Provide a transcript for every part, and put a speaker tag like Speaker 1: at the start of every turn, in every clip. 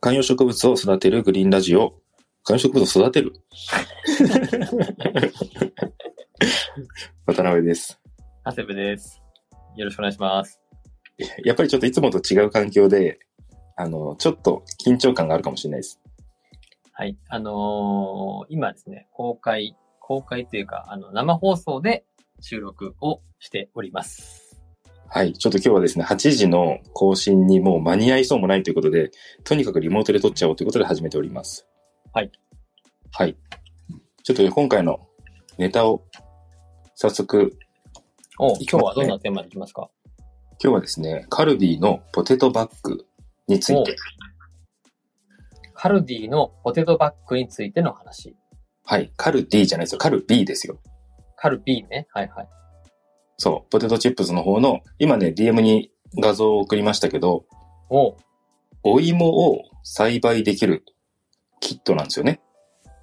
Speaker 1: 観葉植物を育てるグリーンラジオ。観葉植物を育てる渡辺です。
Speaker 2: 長谷部です。よろしくお願いします。
Speaker 1: やっぱりちょっといつもと違う環境で、あの、ちょっと緊張感があるかもしれないです。
Speaker 2: はい。あのー今ですね、公開、公開というか、あの、生放送で収録をしております。
Speaker 1: はい。ちょっと今日はですね、8時の更新にもう間に合いそうもないということで、とにかくリモートで撮っちゃおうということで始めております。
Speaker 2: はい。
Speaker 1: はい。ちょっと今回のネタを早速
Speaker 2: お
Speaker 1: いき
Speaker 2: 今
Speaker 1: ますね
Speaker 2: 日はどんなテーマでいきますか
Speaker 1: 今日はですね、カルビーのポテトバッグについて、
Speaker 2: カルディのポテトバッグについての話。
Speaker 1: はい、カルディじゃないですよ、カルビーですよ。
Speaker 2: カルビーね。はいはい。
Speaker 1: そう、ポテトチップスの方の、今ね、DM に画像を送りましたけど、
Speaker 2: お
Speaker 1: お芋を栽培できるキットなんですよね。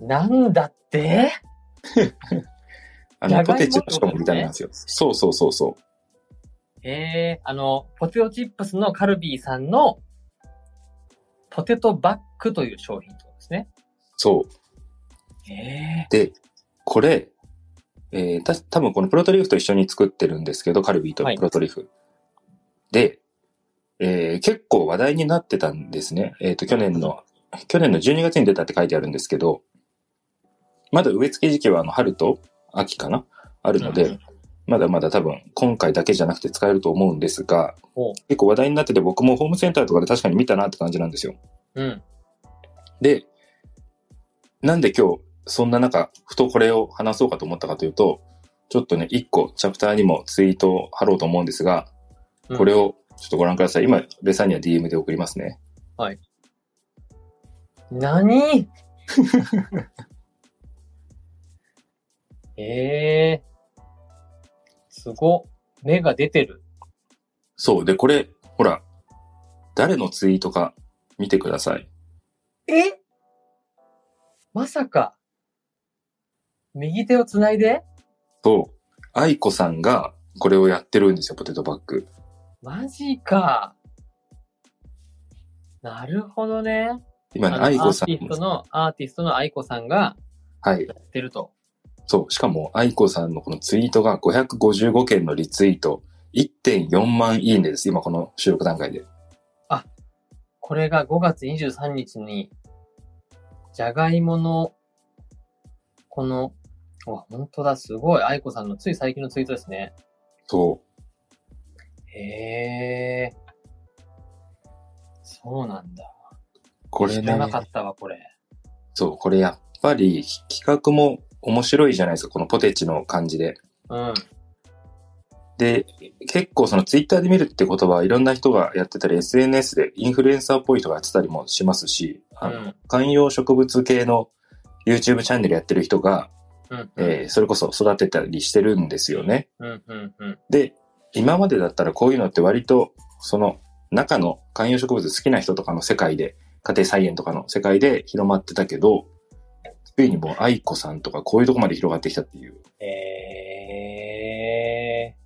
Speaker 2: なんだって
Speaker 1: あ
Speaker 2: じ
Speaker 1: の、
Speaker 2: ゃが
Speaker 1: ポ
Speaker 2: いも
Speaker 1: テチのしかもみたいなんですよ。そうそうそうそう。
Speaker 2: えー、あの、ポテトチップスのカルビーさんのポテトバッグという商品ってことですね。
Speaker 1: そう。
Speaker 2: え
Speaker 1: で、これ、えー、た、多分このプロトリーフと一緒に作ってるんですけど、カルビーと
Speaker 2: はい
Speaker 1: プロトリーフ。で、えー結構話題になってたんですね。えっ、と、去年の、去年の12月に出たって書いてあるんですけど、まだ植え付け時期はあの春と秋かなあるので、
Speaker 2: うんうん
Speaker 1: まだまだ多分今回だけじゃなくて使えると思うんですが
Speaker 2: お、
Speaker 1: 結構話題になってて僕もホームセンターとかで確かに見たなって感じなんですよ。
Speaker 2: ー、うん。
Speaker 1: で、なんで今日、そんな中、ふとこれを話そうかと思ったかというと、ちょっとね、一個チャプターにもツイートを貼ろうと思うんですが、
Speaker 2: うん
Speaker 1: これをちょっとご覧ください。今、レさんには DM で送りますね。
Speaker 2: 何 ええすごっ。目が出てる。
Speaker 1: そう。で、これ、ほら、誰のツイートか見てください。
Speaker 2: えまさか、右手をつないで
Speaker 1: そう。愛子さんがこれをやってるんですよ、ポテトバッグ。
Speaker 2: マジか。なるほどね。
Speaker 1: 今ね、
Speaker 2: あの
Speaker 1: 愛子さ
Speaker 2: アーティスト
Speaker 1: ん。
Speaker 2: の、アーティストの愛子さんが
Speaker 1: はい。
Speaker 2: やってると。
Speaker 1: そう。しかも、愛子さんのこのツイートが555件のリツイート、1.4万いいねです。今、この収録段階で。
Speaker 2: これが5月23日に、じゃがいもの、この、うわ、本当だ、すごい。愛子さんのつい最近のツイートですね。
Speaker 1: そ
Speaker 2: へえ。そうなんだ。
Speaker 1: う。これ
Speaker 2: 知ら
Speaker 1: ね
Speaker 2: な。かったわ、これ。
Speaker 1: そう、これやっぱり企画も面白いじゃないですか、このポテチの感じで。
Speaker 2: うん。
Speaker 1: で、結構そのツイッターで見るってことはいろんな人がやってたり、SNS でインフルエンサーっぽい人がやってたりもしますし、
Speaker 2: う
Speaker 1: あの
Speaker 2: ん。
Speaker 1: 観葉植物系の YouTube チャンネルやってる人が、
Speaker 2: うん。
Speaker 1: えーそれこそ育てたりしてるんですよね。
Speaker 2: うん。うん。うん。
Speaker 1: で、今までだったらこういうのって割と、その中の観葉植物好きな人とかの世界で、家庭菜園とかの世界で広まってたけど、ついにもう愛子さんとかこういうとこまで広がってきたっていう。
Speaker 2: ええ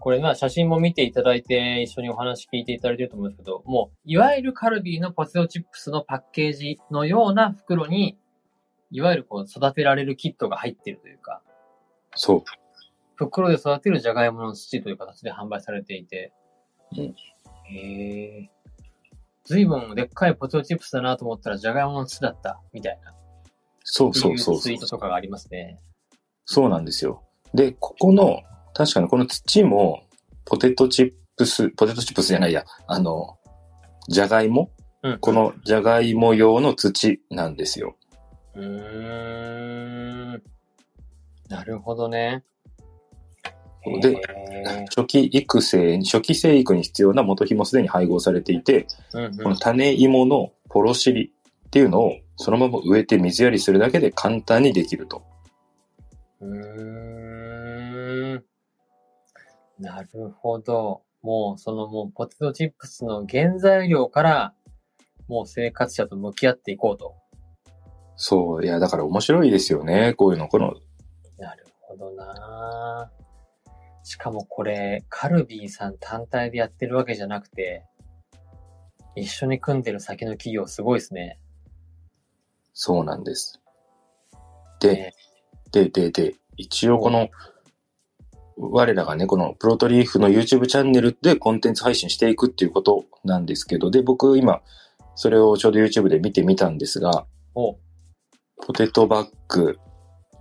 Speaker 2: これ、まあ、写真も見ていただいて、一緒にお話聞いていただいてると思うんですけど、もう、いわゆるカルビーのポテトチップスのパッケージのような袋に、いわゆるこう、育てられるキットが入ってるというか、
Speaker 1: そう。
Speaker 2: 袋で育てるジャガイモの土という形で販売されていて、
Speaker 1: うん
Speaker 2: へえ。ずいぶんでっかいポテトチップスだなと思ったら、ジャガイモの土だった、みたいな。
Speaker 1: そうそうそう
Speaker 2: ツ
Speaker 1: そ
Speaker 2: イ
Speaker 1: う
Speaker 2: ート。とかがありますね。
Speaker 1: そうなんですよ。で、ここの、確かにこの土も、ポテトチップス、ポテトチップスじゃないや、あの、じゃがいも
Speaker 2: うん。
Speaker 1: このじゃがいも用の土なんですよ。
Speaker 2: うーん。なるほどね。
Speaker 1: で
Speaker 2: へ
Speaker 1: 初期育成に、初期生育に必要な元肥もすでに配合されていて、
Speaker 2: ー、うん
Speaker 1: こ
Speaker 2: う
Speaker 1: の
Speaker 2: ん、
Speaker 1: 種芋のポロシリっていうのをそのまま植えて水やりするだけで簡単にできると。
Speaker 2: うーん。なるほど。もう、そのもう、ポテトチップスの原材料から、もう生活者と向き合っていこうと。
Speaker 1: そう、いや、だから面白いですよね、こういうの。この、
Speaker 2: なるほどなしかもこれ、カルビーさん単体でやってるわけじゃなくて、一緒に組んでる先の企業すごいですね。
Speaker 1: そうなんです。で、で、で、で、一応この、我らがね、このプロトリーフの YouTube チャンネルでコンテンツ配信していくっていうことなんですけど、で、僕今、それをちょうど YouTube で見てみたんですが、
Speaker 2: お
Speaker 1: ポテトバッグ、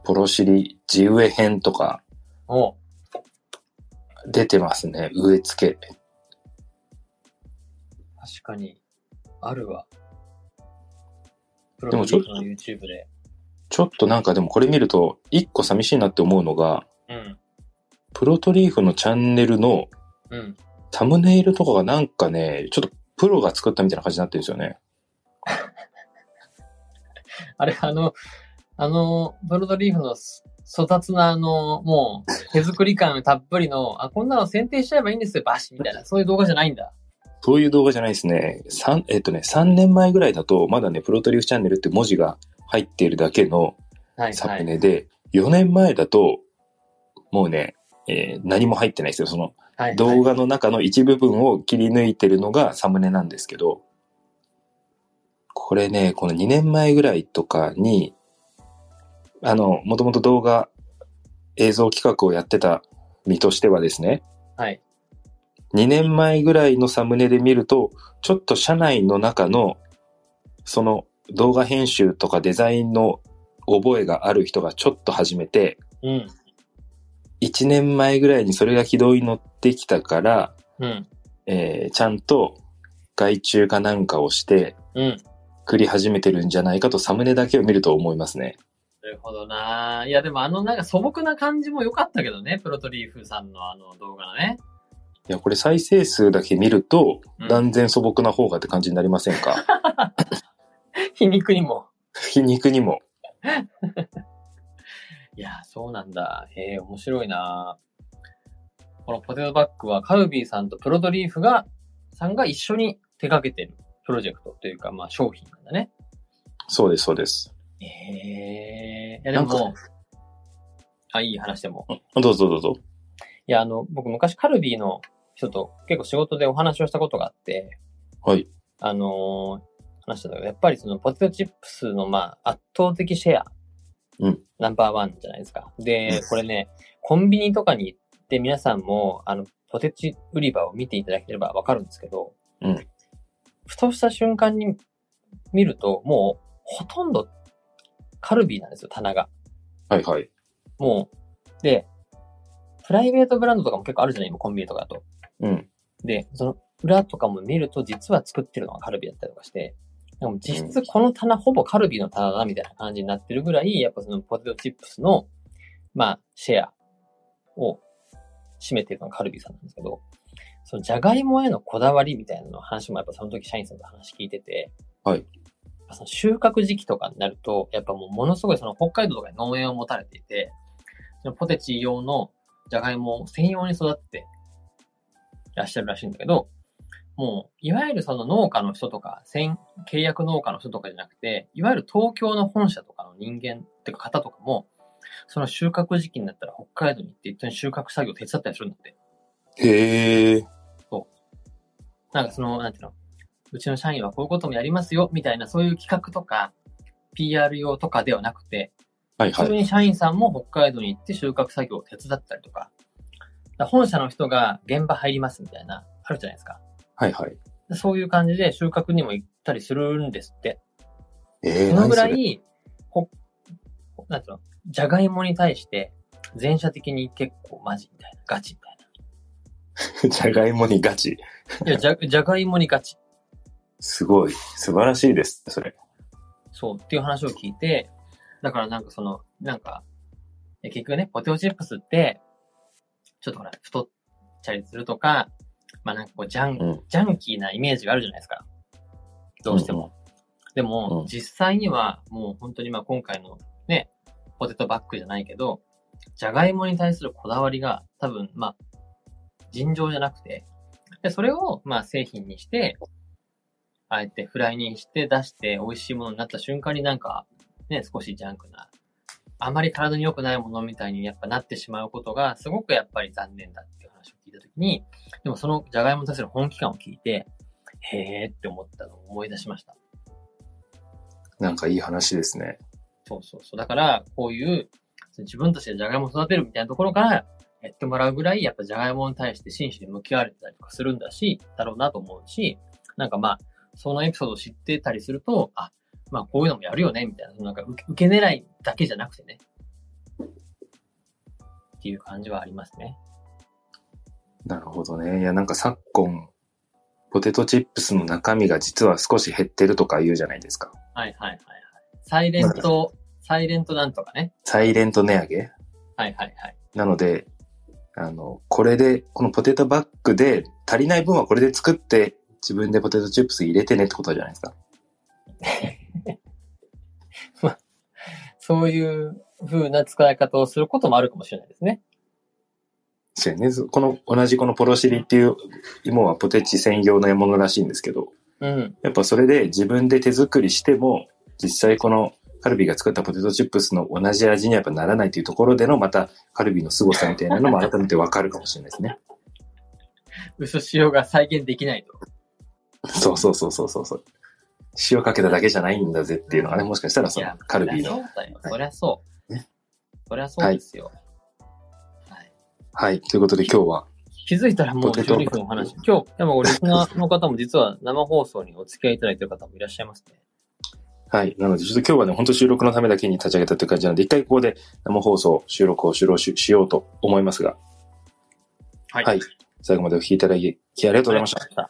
Speaker 1: ポロシリ、地植え編とか
Speaker 2: お
Speaker 1: 出てますね。植え付け。
Speaker 2: 確かに、あるわ。プロ
Speaker 1: で
Speaker 2: フ
Speaker 1: も
Speaker 2: ィ
Speaker 1: ちょっと
Speaker 2: ールの YouTube で。
Speaker 1: ちょっとなんかでもこれ見ると、一個寂しいなって思うのが、
Speaker 2: うん。
Speaker 1: プロトリーフのチャンネルの
Speaker 2: うん。
Speaker 1: サムネイルとかがなんかね、ちょっとプロが作ったみたいな感じになってるんですよね。
Speaker 2: あれ、あの、あの、ブロードリーフのす粗雑な、あの、もう、手作り感たっぷりの、あ、こんなの剪定しちゃえばいいんですよ、バシみたいな、そういう動画じゃないんだ。
Speaker 1: そういう動画じゃないですね。三えっとね、3年前ぐらいだと、まだね、プロトリーフチャンネルって文字が入っているだけの
Speaker 2: はい、
Speaker 1: サ
Speaker 2: は
Speaker 1: ム
Speaker 2: い。
Speaker 1: ネで、4年前だと、もうね、えー何も入ってないですよ。その
Speaker 2: はい、
Speaker 1: 動
Speaker 2: はい。
Speaker 1: 画の中の一部分を切り抜いてるのがサムネなんですけど、これね、この2年前ぐらいとかに、あの、もともと動画映像企画をやってた身としてはですね、
Speaker 2: はい。
Speaker 1: 2年前ぐらいのサムネで見ると、ちょっと社内の中の、その動画編集とかデザインの覚えがある人がちょっと始めて、
Speaker 2: うん。
Speaker 1: 1年前ぐらいにそれが軌道に乗ってきたから、
Speaker 2: うん。
Speaker 1: えーちゃんと外注かなんかをして、
Speaker 2: うん。
Speaker 1: 作り始めてるんじゃないかとサムネだけを見ると思いますね。
Speaker 2: なるほどな。いや、でもあの、なんか素朴な感じも良かったけどね、プロトリーフさんのあの動画のね。
Speaker 1: いや、これ再生数だけ見ると
Speaker 2: う、ん
Speaker 1: 断然素朴な方がって感じになりませんか、
Speaker 2: 皮肉にも。
Speaker 1: 皮肉にも。
Speaker 2: いや、そうなんだ。へえ、面白いな。このポテトバッグはカルビーさんとプロトリーフが、さんが一緒に手掛けてるプロジェクトというか、まあ商品なんだね。
Speaker 1: そうです、そうです。
Speaker 2: ええいやで
Speaker 1: な
Speaker 2: も、あ、いい話でも。
Speaker 1: どうぞどうぞ。
Speaker 2: いや、あの、僕昔カルビーの人と結構仕事でお話をしたことがあって、
Speaker 1: はい。
Speaker 2: あのー話したんだけど、やっぱりそのポテトチップスのまあ圧倒的シェア、
Speaker 1: うん
Speaker 2: ナンバーワンじゃないですか。で
Speaker 1: う、ん
Speaker 2: これね、コンビニとかに行って皆さんも、あの、ポテチ売り場を見ていただければわかるんですけど、
Speaker 1: うん
Speaker 2: ふとした瞬間に見ると、もう、ほとんどカルビーなんですよ、棚が。
Speaker 1: はいはい。
Speaker 2: もう、で、プライベートブランドとかも結構あるじゃない今コンビニとかだと。
Speaker 1: うん。
Speaker 2: で、その裏とかも見ると、実は作ってるのがカルビだったりとかして、でも実質この棚ほぼカルビの棚だみたいな感じになってるぐらい、やっぱそのポテトチップスの、まあ、シェアを占めてるのがカルビさんなんですけど、そのジャガイモへのこだわりみたいなの話もやっぱその時社員さんと話聞いてて、
Speaker 1: はい
Speaker 2: やっぱその収穫時期とかになると、やっぱもうものすごいその北海道とかに農園を持たれていて、そのポテチ用のジャガイモを専用に育っていらっしゃるらしいんだけど、もう、いわゆるその農家の人とか、先契約農家の人とかじゃなくて、いわゆる東京の本社とかの人間っていうか方とかも、その収穫時期になったら北海道に行って一緒に収穫作業手伝ったりするんだって。
Speaker 1: へえ。
Speaker 2: なんかその、なんていうの、うちの社員はこういうこともやりますよ、みたいなそういう企画とか、PR 用とかではなくて、
Speaker 1: はいは
Speaker 2: 普通
Speaker 1: い。
Speaker 2: に社員さんも北海道に行って収穫作業を手伝ったりとか、だから本社の人が現場入りますみたいな、あるじゃないですか。
Speaker 1: はいはい。
Speaker 2: でそういう感じで収穫にも行ったりするんですって。
Speaker 1: ええ
Speaker 2: そのぐら
Speaker 1: 何
Speaker 2: い、ほ、なんていうの、じゃがいもに対して、全社的に結構マジみたいな、ガチみたい
Speaker 1: それ じゃがいもにガチ。
Speaker 2: な。いや、じゃ、じゃがいもにガチ。
Speaker 1: すごい。素晴らしいです。それ。
Speaker 2: そう、っていう話を聞いて、だからなんかその、なんか、いや結局ね、ポテトチップスって、ちょっとほら、太っちゃりするとか、まあなんかこう、ジャン、
Speaker 1: うん
Speaker 2: ジャンキーなイメージがあるじゃないですか。どうしても。
Speaker 1: も。
Speaker 2: でも、
Speaker 1: うん
Speaker 2: 実際にはもう本当にまあ今回のね、ポテトバッグじゃないけど、じゃがいもに対するこだわりが多分まあ、尋常じゃなくて、で、それをまあ製品にして、あえてフライにして出して美味しいものになった瞬間になんか、ね、少しジャンクな、あまり体に良くないものみたいにやっぱなってしまうことがすごくやっぱり残念だっていう話を聞いたときに、でもそのじゃがいもに対する本気感を聞いて、へーって思ったのを思い出しました。
Speaker 1: なんかいい話ですね。
Speaker 2: そうそうそう。だから、こういう、自分としてジャガイモを育てるみたいなところから、やってもらうぐらい、やっぱジャガイモに対して真摯に向き合われてたりとかするんだし、だろうなと思うし、なんかまあ、そのエピソードを知ってたりすると、あ、まあこういうのもやるよね、みたいな、そのなんか受け受け狙いだけじゃなくてね。っていう感じはありますね。
Speaker 1: なるほどね。いや、なんか昨今、ポテトチップスの中身が実は少し減ってるとか言うじゃないですか。
Speaker 2: はいはいはいはい。サイレント、サイレントなんとかね。
Speaker 1: サイレント値上げ
Speaker 2: はいはいはい。
Speaker 1: なので、あの、これで、このポテトバッグで足りない分はこれで作って自分でポテトチップス入れてねってことじゃないですか。
Speaker 2: そういう風な使い方をすることもあるかもしれないですね。
Speaker 1: そうやね。そこの、同じこのポロシリっていう芋はポテチ専用のものらしいんですけど、
Speaker 2: うん。
Speaker 1: やっぱそれで自分で手作りしても、実際このカルビーが作ったポテトチップスの同じ味にはやっぱならないというところでの、またカルビーの凄さみたいなのも改めてわかるかもしれないですね。
Speaker 2: 薄塩が再現できないと。
Speaker 1: そうそうそうそうそうそう。塩かけただけじゃないんだぜっていうのがね、もしかしたらそ
Speaker 2: い
Speaker 1: の
Speaker 2: や
Speaker 1: カルビー
Speaker 2: そ
Speaker 1: の。
Speaker 2: りゃそうだよ。
Speaker 1: はい
Speaker 2: そりゃそう。
Speaker 1: ね
Speaker 2: そりゃそうですよ。はい。
Speaker 1: はい。ということで今日は、
Speaker 2: 気づいたらもう
Speaker 1: ポテト
Speaker 2: 12分お話。今日、でもリスナーの方も実は生放送にお付き合いいただいている方もいらっしゃいますね。
Speaker 1: はい。なので、ちょっと今日はね、本当収録のためだけに立ち上げたという感じなので、一回ここで生放送、収録を終了ししようと思いますが、
Speaker 2: はい
Speaker 1: はい最後までお聞きいただきありがとうございました。
Speaker 2: た。